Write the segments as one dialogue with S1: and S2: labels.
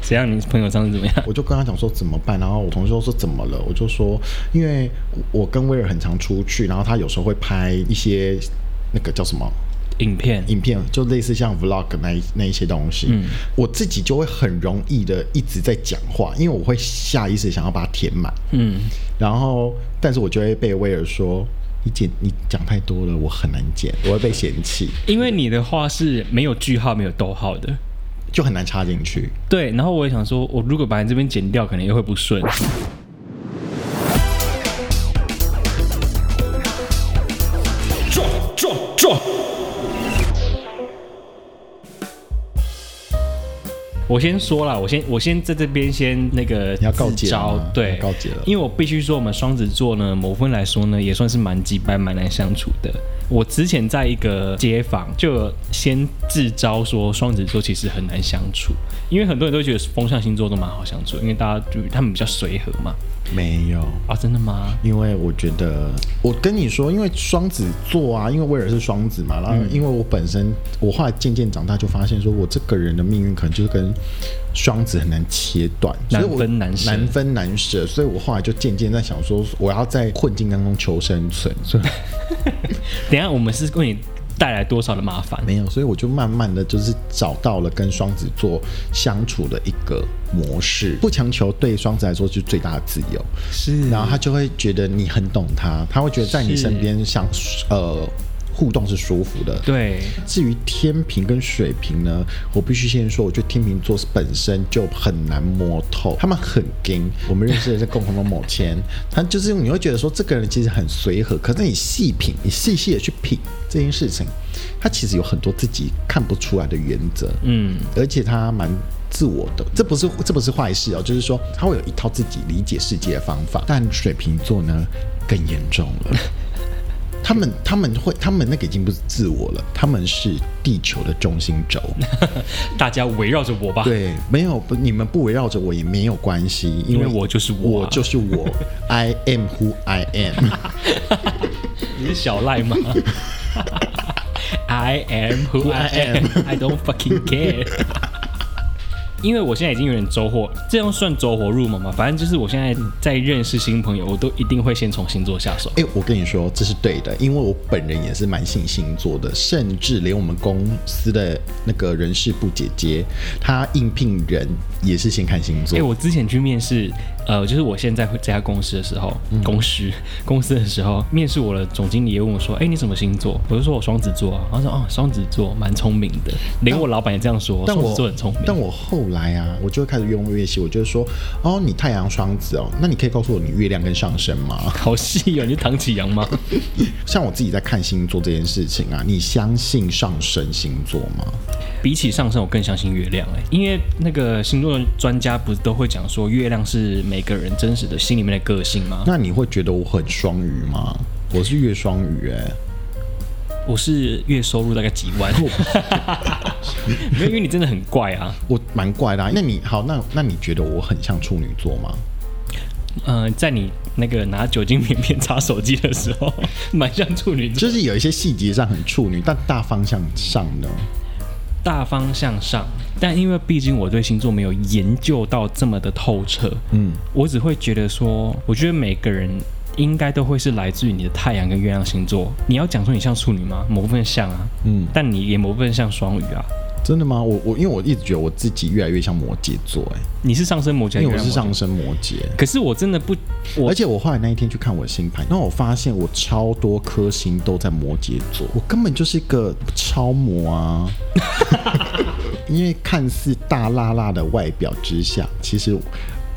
S1: 怎样？你朋友上次怎么样？
S2: 我就跟他讲说怎么办，然后我同事就说怎么了，我就说因为我跟威尔很常出去，然后他有时候会拍一些那个叫什么
S1: 影片
S2: 影片，就类似像 vlog 那一那一些东西，
S1: 嗯
S2: 我自己就会很容易的一直在讲话，因为我会下意识想要把它填满，
S1: 嗯，
S2: 然后但是我就会被威尔说。你剪你讲太多了，我很难剪，我会被嫌弃，
S1: 因为你的话是没有句号、没有逗号的，
S2: 就很难插进去。
S1: 对。然后我也想说，我如果把你这边剪掉，可能又会不顺。我先说啦，我先我先在这边先那个
S2: 你要告
S1: 自
S2: 诫
S1: 招
S2: 了吗
S1: 对，
S2: 要告诫了
S1: 因为我必须说，我们双子座呢，某部分来说呢，也算是蛮鸡掰、蛮难相处的。我之前在一个街坊就有先自招说，双子座其实很难相处，因为很多人都觉得风象星座都蛮好相处，因为大家就他们比较随和嘛。
S2: 没有，
S1: 啊，真的吗？
S2: 因为我觉得，我跟你说，因为双子座啊，因为威尔是双子
S1: 嗯
S2: 嘛，然后因为我本身，我后来渐渐长大就发现，说我这个人的命运可能就是跟双子很难切断，所以我
S1: 难分难舍
S2: 难分难舍，所以我后来就渐渐在想说，我要在困境当中求生存，所以
S1: 等一下我们是为你带来多少的麻烦？
S2: 没有，所以我就慢慢的就是找到了跟双子座相处的一个模式，不强求对双子来说是最大的自由，
S1: 是
S2: 然后他就会觉得你很懂他，他会觉得在你
S1: 是
S2: 身边相呃互动是舒服的。
S1: 对，
S2: 至于天平跟水瓶呢，我必须先说，我觉得天秤座本身就很难摸透，他们很硬。我们认识的是共同的某天，他就是你会觉得说这个人其实很随和，可是你细品，你细细的去品这件事情，他其实有很多自己看不出来的原则。
S1: 嗯，
S2: 而且他蛮自我的，这不是这不是坏事哦，就是说他会有一套自己理解世界的方法。但水瓶座呢，更严重了。他们他们会他们那个已经不是自我了，他们是地球的中心 轴。
S1: 大家围绕着我吧。
S2: 对，没有不你们不围绕着我也没有关系，因
S1: 因为我就是我
S2: 我
S1: 啊
S2: 就是我 ，I am who I am。
S1: 你是小赖 吗？I am who I am. I don't fucking care. 因为我现在已经有点走火，这样算走火入魔吗？反正就是我现在在认识新朋友，我都一定会先从星座下手。
S2: 哎、我跟你说，这是对的，因为我本人也是蛮信星座的，甚至连我们公司的那个人事部姐姐，她应聘人也是先看星座。
S1: 哎、我之前去面试，呃，就是我现在会这家公司的时候，
S2: 嗯
S1: 公司公司的时候，面试我的总经理也问我说：“哎、你什么星座？”我就说我双子座啊。然后说：“哦，双子座蛮聪明的。”连我老板也这样说，
S2: 但
S1: 双
S2: 我
S1: 子座很聪明。
S2: 但我后来啊，我就会开始越问越细，我就会说，哦，你太阳双子哦，那你可以告诉我你月亮跟上升吗？
S1: 好细哦，你是唐启阳吗？
S2: 像我自己在看星座这件事情啊，你相信上升星座吗？
S1: 比起上升，我更相信月亮哎、因为那个星座专家不是都会讲说，月亮是每个人真实的心里面的个性吗？
S2: 那你会觉得我很双鱼吗？我是月双鱼哎、
S1: 我是月收入大概几万，没有，因为你真的很怪啊。
S2: 我蛮怪的、啊。那你好，那那你觉得我很像处女座吗？
S1: 呃，在你那个拿酒精棉片擦手机的时候， 蛮像处女座。
S2: 就是有一些细节上很处女，但大方向上呢，
S1: 大方向上，但因为毕竟我对星座没有研究到这么的透彻，
S2: 嗯，
S1: 我只会觉得说，我觉得每个人应该都会是来自于你的太阳跟月亮星座。你要讲说你像处女吗？某部分像啊，
S2: 嗯
S1: 但你也某部分像双鱼啊。
S2: 真的吗？我我因为我一直觉得我自己越来越像摩羯座、欸，
S1: 你是上升摩羯，
S2: 因为我
S1: 月亮
S2: 是
S1: 摩羯
S2: 上，升摩羯。
S1: 可是我真的不，我
S2: 而且我后来那一天去看我的星盘，然后我发现我超多颗星都在摩羯座，我根本就是一个超模啊！ 因为看似大辣辣的外表之下，其实，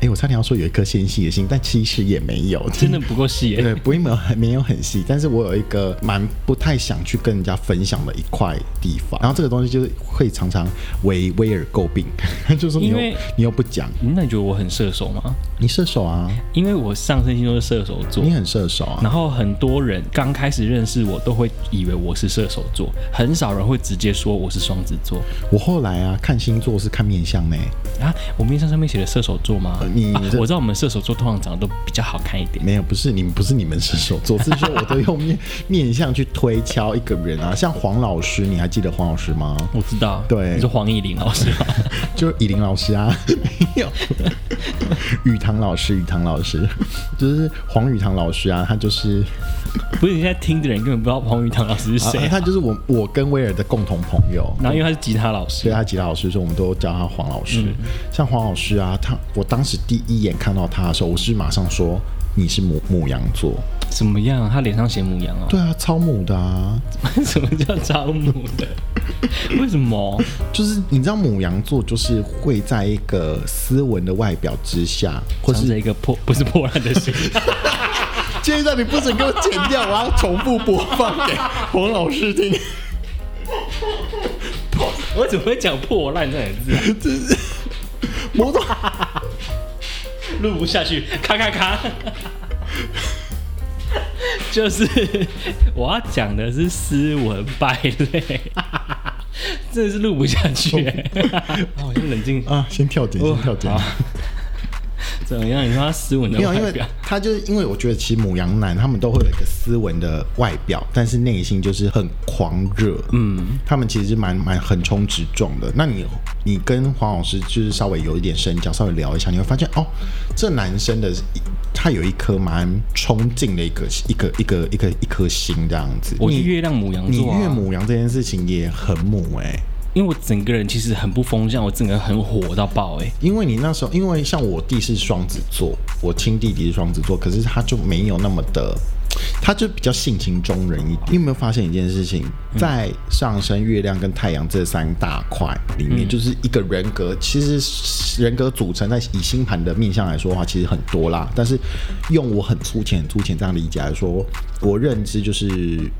S2: 哎、我差点要说有一颗纤细的心，但其实也没有，
S1: 真的不够细耶、
S2: 对，不会没有很没有很细，但是我有一个蛮不太想去跟人家分享的一块地方，然后这个东西就是会常常为威尔诟病， 就说你又
S1: 因为
S2: 你又不讲，
S1: 那你觉得我很射手吗？
S2: 你射手啊，
S1: 因为我上升星座是射手座
S2: 你，很射手啊，
S1: 然后很多人刚开始认识我都会以为我是射手座，很少人会直接说我是双子座
S2: 我后来啊看星座是看面相呢，
S1: 啊。我面相上面写的射手座吗？
S2: 呃你
S1: 啊我知道我们射手座通常长得都比较好看一点。
S2: 没有，不是你们，不是你们射手座，只是说我都用面面相去推敲一个人啊。 像黄老师，你还记得黄老师吗？
S1: 我知道，
S2: 对
S1: 你是黄以玲老 师吧？
S2: 就是以林老师啊， 没有，雨堂老师，雨堂老师，就是黄雨堂老师啊，他就是
S1: 不是，你现在听的人根本不知道黄宇堂老师是谁
S2: 啊
S1: 啊、
S2: 他就是我我跟威尔的共同朋友。
S1: 然后因为他是吉他老
S2: 所
S1: 师
S2: 以，他吉他老师，所以我们都叫他黄老师。像黄老师啊，他我当时第一眼看到他的时候，我是马上说你是母母羊座，
S1: 怎么样？他脸上写母羊哦。
S2: 对啊，超母的啊，
S1: 什么叫招募的？为什么？
S2: 就是你知道母羊座就是会在一个斯文的外表之下，或
S1: 藏着
S2: 是
S1: 一个破不是破烂的心。
S2: 这一段你不准给我剪掉，我要重复播放给黄老师听。
S1: 我怎么会讲破烂这两个字、啊？
S2: 某种
S1: 录不下去，咔咔咔。 就是我要讲的是斯文败类， 真的是录不下去、欸。哦我先冷静。
S2: 啊，先跳剪，先跳剪。
S1: 好 怎么样？你说他斯文的
S2: 没有，
S1: 外
S2: 因为
S1: 表，
S2: 他就是因为我觉得，其实母羊男他们都会有一个斯文的外表，但是内心就是很狂热。嗯，他们其实蛮蛮横冲直撞的。那你你跟黄老师就是稍微有一点深交，稍微聊一下，你会发现哦，这男生的他有一颗蛮冲劲的一个一个一个一个一颗心这样子。
S1: 我是
S2: 你
S1: 月亮母羊
S2: 你
S1: 座、啊，
S2: 越母羊这件事情也很母哎、
S1: 因为我整个人其实很不风向，我整个人很火到爆哎、欸
S2: 因为你那时候，因为像我弟是双子座，我亲弟弟是双子座，可是他就没有那么的，他就比较性情中人一点。你有没有发现一件事情，在上升、月亮跟太阳这三大块里面，就是一个人格，其实人格组成在以星盘的面向来说的话，其实很多啦。但是用我很粗浅、很粗浅这样理解来说，我认知就是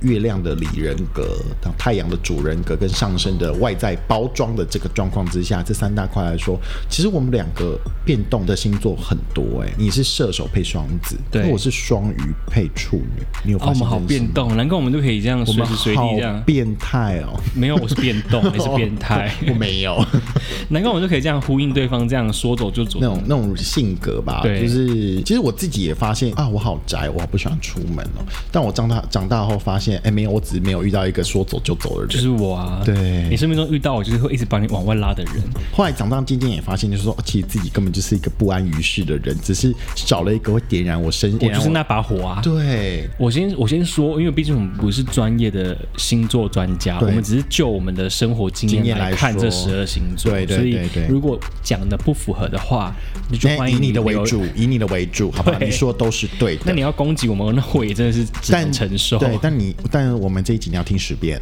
S2: 月亮的里人格、太阳的主人格跟上升的外在包装的这个状况之下，这三大块来说，其实我们两个变动的星座很多哎、你是射手配双子，
S1: 对
S2: 那我是双鱼配处女，你有
S1: 哦，
S2: 发
S1: 我
S2: 现、
S1: 们好变，动，难怪我们都可以这样
S2: 我
S1: 随
S2: 们
S1: 时随地这
S2: 好
S1: 样。
S2: 变态哦。
S1: 没有，我是变动，你是变态。
S2: 我 没有
S1: 难怪我们就可以这样呼应对方，这样说走就走
S2: 那。种那种性格吧，
S1: 对
S2: 就是其实我自己也发现啊，我好宅，我好不喜欢出门哦。但我长大长大后发现，哎、没有，我只是没有遇到一个说走就走的人，
S1: 就是我啊，
S2: 对
S1: 你生命中遇到我，就是会一直把你往外拉的人。
S2: 后来长大渐渐也发现，就是说，哦其实自己根本就是一个不安于世的人，只是少了一个会点燃我身，
S1: 我
S2: 点
S1: 就
S2: 燃
S1: 是那把火啊！
S2: 对
S1: 我先我先说，因为毕竟我们不是专业的星座专家，
S2: 对
S1: 我们只是就我们的生活经验
S2: 经验来
S1: 来看
S2: 说
S1: 这十二星座。
S2: 对对对
S1: 所以
S2: 对
S1: 如果讲的不符合的话，你就
S2: 那
S1: 欢
S2: 哎以
S1: 迎
S2: 你的为
S1: 留
S2: 主，以你的为主，好不好？
S1: 对
S2: 你说的都是对的。
S1: 那你要攻击我们，那我也真的是只能
S2: 但
S1: 承受。
S2: 对，但你但我们这一集你要听 十遍，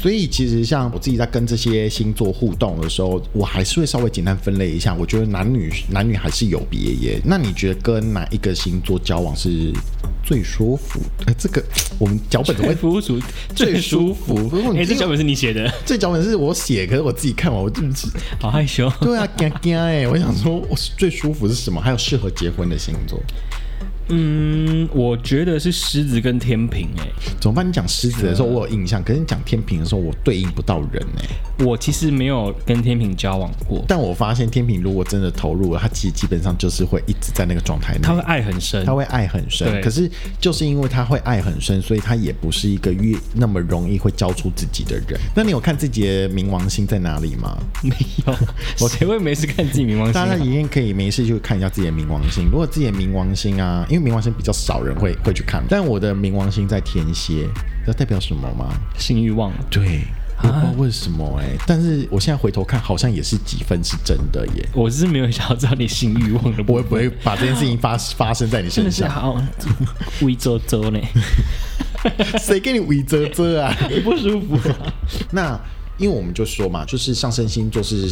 S2: 所以其实像我自己在跟这些星座互动的时候，我还是会稍微简单分类一下。我觉得男女男女还是有别耶。那你觉得跟哪一个星座交往是最舒服的？哎，这个 我们脚本怎么
S1: 最
S2: 会
S1: 服属
S2: 最舒服如果你
S1: 哎，这
S2: 听
S1: 脚本是你写的，
S2: 这脚本是我写，可是我自己看完，我就是
S1: 好害羞。
S2: 对啊，惊惊哎！我想说，我最舒服是什么？还有适合结婚的星座？
S1: 嗯，我觉得是狮子跟天平。哎，
S2: 怎么办？你讲狮子的时候
S1: 啊
S2: 我有印象，可是你讲天平的时候我对应不到人哎、
S1: 我其实没有跟天平交往过，
S2: 但我发现天平如果真的投入了，他其实基本上就是会一直在那个状态内，
S1: 他会爱很深
S2: 他。会爱很深。
S1: 对
S2: 可是就是因为他会爱很深，所以他也不是一个越那么容易会交出自己的人。那你有看自己的冥王星在哪里吗？
S1: 没有，谁会没事看自己冥王星
S2: 大家
S1: 啊？
S2: 一定可以没事就看一下自己的冥王星。如果自己的冥王星啊，因为冥王星比较少人会会去看，但我的冥王星在天蝎，你知道代表什么吗？
S1: 性欲望。
S2: 对，我不知
S1: 啊
S2: 道为什么哎、但是我现在回头看，好像也是几分是真的耶。
S1: 我是没有想要知道你性欲望的部
S2: 我
S1: 分，
S2: 会不会把这件事情发发生在你
S1: 真
S2: 身
S1: 的 是啊
S2: 上？
S1: 好微周周呢，
S2: 谁给你伪遮遮啊？
S1: 不舒服啊。
S2: 那因为我们就说嘛，就是上升星座是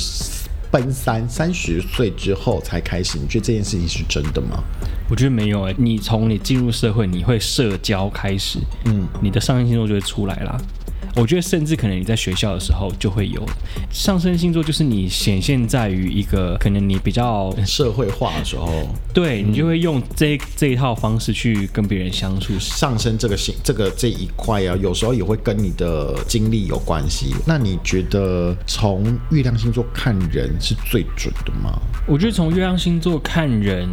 S2: 奔三，三十岁之后才开始。你觉得这件事情是真的吗？
S1: 我觉得没有哎、你从你进入社会，你会社交开始，嗯，你的上升星座就会出来啦。我觉得甚至可能你在学校的时候就会有上升星座，就是你显现在于一个可能你比较
S2: 社会化的时候，
S1: 对你就会用这这一套方式去跟别人相处。
S2: 上升这个性这个这一块啊，有时候也会跟你的经历有关系。那你觉得从月亮星座看人是最准的吗？
S1: 我觉得从月亮星座看人，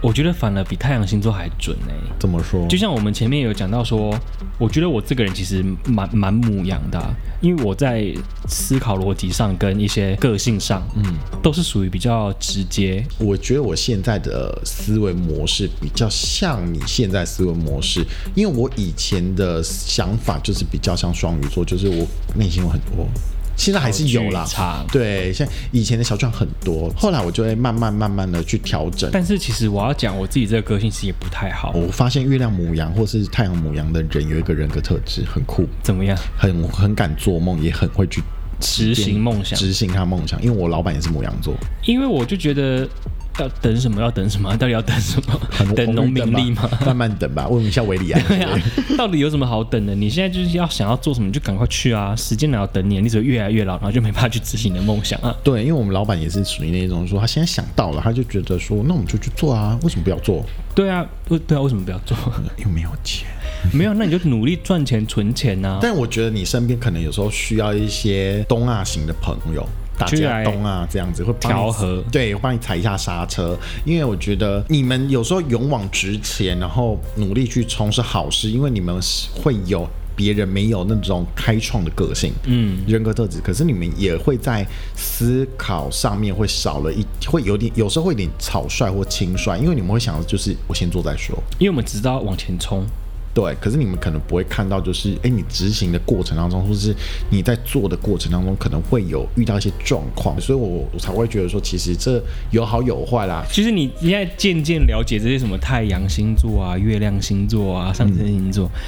S1: 我觉得反而比太阳星座还准哎、
S2: 怎么说？
S1: 就像我们前面有讲到说，我觉得我这个人其实蛮蛮母羊的啊、因为我在思考逻辑上跟一些个性上，嗯，都是属于比较直接。
S2: 我觉得我现在的思维模式比较像你现在思维模式，因为我以前的想法就是比较像双鱼座，就是我内心有很多。现在还是有啦
S1: 小剧场，
S2: 对，像以前的小剧场很多，后来我就会慢慢慢慢的去调整。
S1: 但是其实我要讲，我自己这个个性其实也不太好。
S2: 我发现月亮母羊或是太阳母羊的人有一个人格特质很酷，
S1: 怎么样？
S2: 很很敢做梦，也很会去
S1: 执行梦想
S2: 执行他梦想。因为我老板也是母羊座，
S1: 因为我就觉得要等什么，要等什么，到底要等什 么？等农民力 吗？？
S2: 慢慢等吧，问一下维里安。
S1: 对啊，到底有什么好等的？你现在就是要想要做什么，你就赶快去啊！时间哪有等你？你只会越来越老，然后就没办法去执行你的梦想啊！
S2: 对，因为我们老板也是属于那种说，他现在想到了，他就觉得说，那我们就去做啊，为什么不要做？
S1: 对啊，为对啊，为什么不要做？
S2: 又没有钱。
S1: 没有，那你就努力赚钱存钱啊呐、
S2: 但我觉得你身边可能有时候需要一些东亚型的朋友。打
S1: 去
S2: 架
S1: 来
S2: 东啊，这样子会帮你
S1: 调和
S2: 对，会帮你踩一下刹车。因为我觉得你们有时候勇往直前，然后努力去冲是好事，因为你们是会有别人没有那种开创的个性，嗯，人格特质。可是你们也会在思考上面会少了一，会有点有时候会有点草率或轻率，因为你们会想的就是我先做再说，
S1: 因为我们只知道往前冲。
S2: 对，可是你们可能不会看到，就是哎，诶你执行的过程当中，或是你在做的过程当中，可能会有遇到一些状况，所以我我才会觉得说，其实这有好有坏啦。
S1: 其实你现在渐渐了解这些什么太阳星座啊、月亮星座啊、上升星座，
S2: 嗯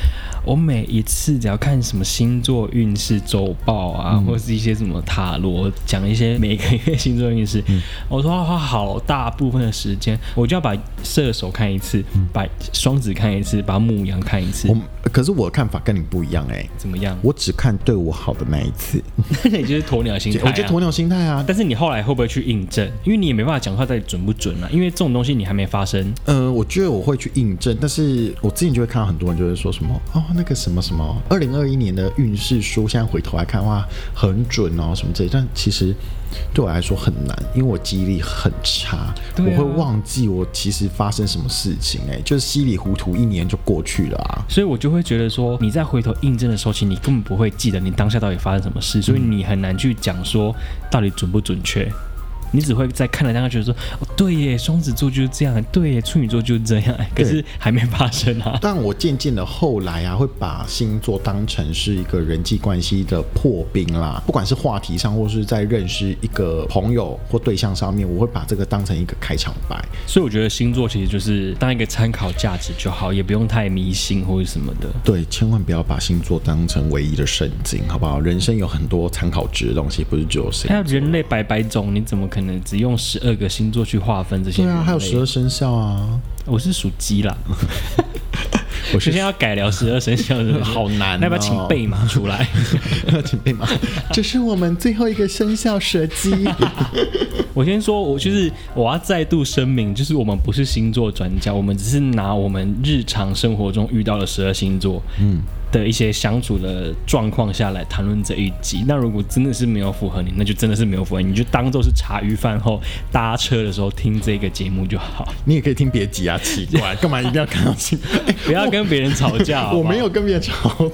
S1: 我每一次只要看什么星座运势周报啊，
S2: 嗯
S1: 或是一些什么塔罗讲一些每个月星座运势，
S2: 嗯
S1: 我都要花好大部分的时间，我就要把射手看一次，把双子看一次，把牧羊看一次
S2: 嗯我，可是我的看法跟你不一样哎、诶
S1: 怎么样？
S2: 我只看对我好的那一次，
S1: 那你就是鸵鸟心态、啊。
S2: 我就鸵鸟心态啊。
S1: 但是你后来会不会去印证？因为你也没办法讲它到底准不准啊，因为这种东西你还没发生。
S2: 呃，我觉得我会去印证，但是我之前就会看到很多人就会说什么哦，那个什么什么，二零二一年的运势书，现在回头来看的话很准哦，什么之类。但其实对我来说很难，因为我记忆力很差，
S1: 对啊
S2: 我会忘记我其实发生什么事情、哎，就是稀里糊涂一年就过去了啊。
S1: 所以我就会觉得说，你在回头印证的时候，其实你根本不会记得你当下到底发生什么事，所以你很难去讲说到底准不准确。你只会在看了当下觉得说，哦，对耶，双子座就是这样，对耶，处女座就是这样，可是还没发生啊。
S2: 但我渐渐的后来啊，会把星座当成是一个人际关系的破冰啦，不管是话题上，或是在认识一个朋友或对象上面，我会把这个当成一个开场白。
S1: 所以我觉得星座其实就是当一个参考价值就好，也不用太迷信或者什么的。
S2: 对，千万不要把星座当成唯一的圣经，好不好？人生有很多参考值的东西，不是只有星
S1: 还。有人类百百种，你怎么可能只用十二个星座去划分这些
S2: 对
S1: 人类？
S2: 啊，还有十二生肖啊，
S1: 我是属鸡 啦，首
S2: 我是
S1: 先要改聊十二生肖是不是，
S2: 好难哦
S1: 那要不要请贝马出 来？
S2: 准备吗？ 这是我们最后一个生肖蛇 姬。
S1: 我先说，我就是我要再度声明，就是我们不是星座专家，我们只是拿我们日常生活中遇到的十二星座，嗯。的一些相处的状况下来谈论这一集，那如果真的是没有符合你，那就真的是没有符合你，你就当做是茶余饭后搭车的时候听这个节目就好，
S2: 你也可以听别集啊，奇怪，干嘛一定要看到星？哎
S1: 不要跟别人吵架 好不好
S2: 我没有跟别人吵。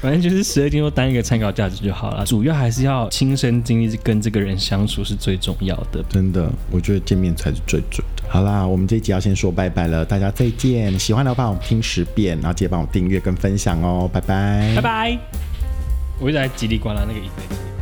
S1: 反正就是十二星座当一个参考价值就好了，主要还是要亲身经历跟这个人相处是最重要的。
S2: 真的，我觉得见面才是最准的。好啦，我们这一集要先说拜拜了，大家再见。喜欢的话，我们听十遍，然后记得帮我订阅跟分享哦，拜拜，
S1: 拜拜，我一直在叽里呱啦那个一直在叽里呱啦。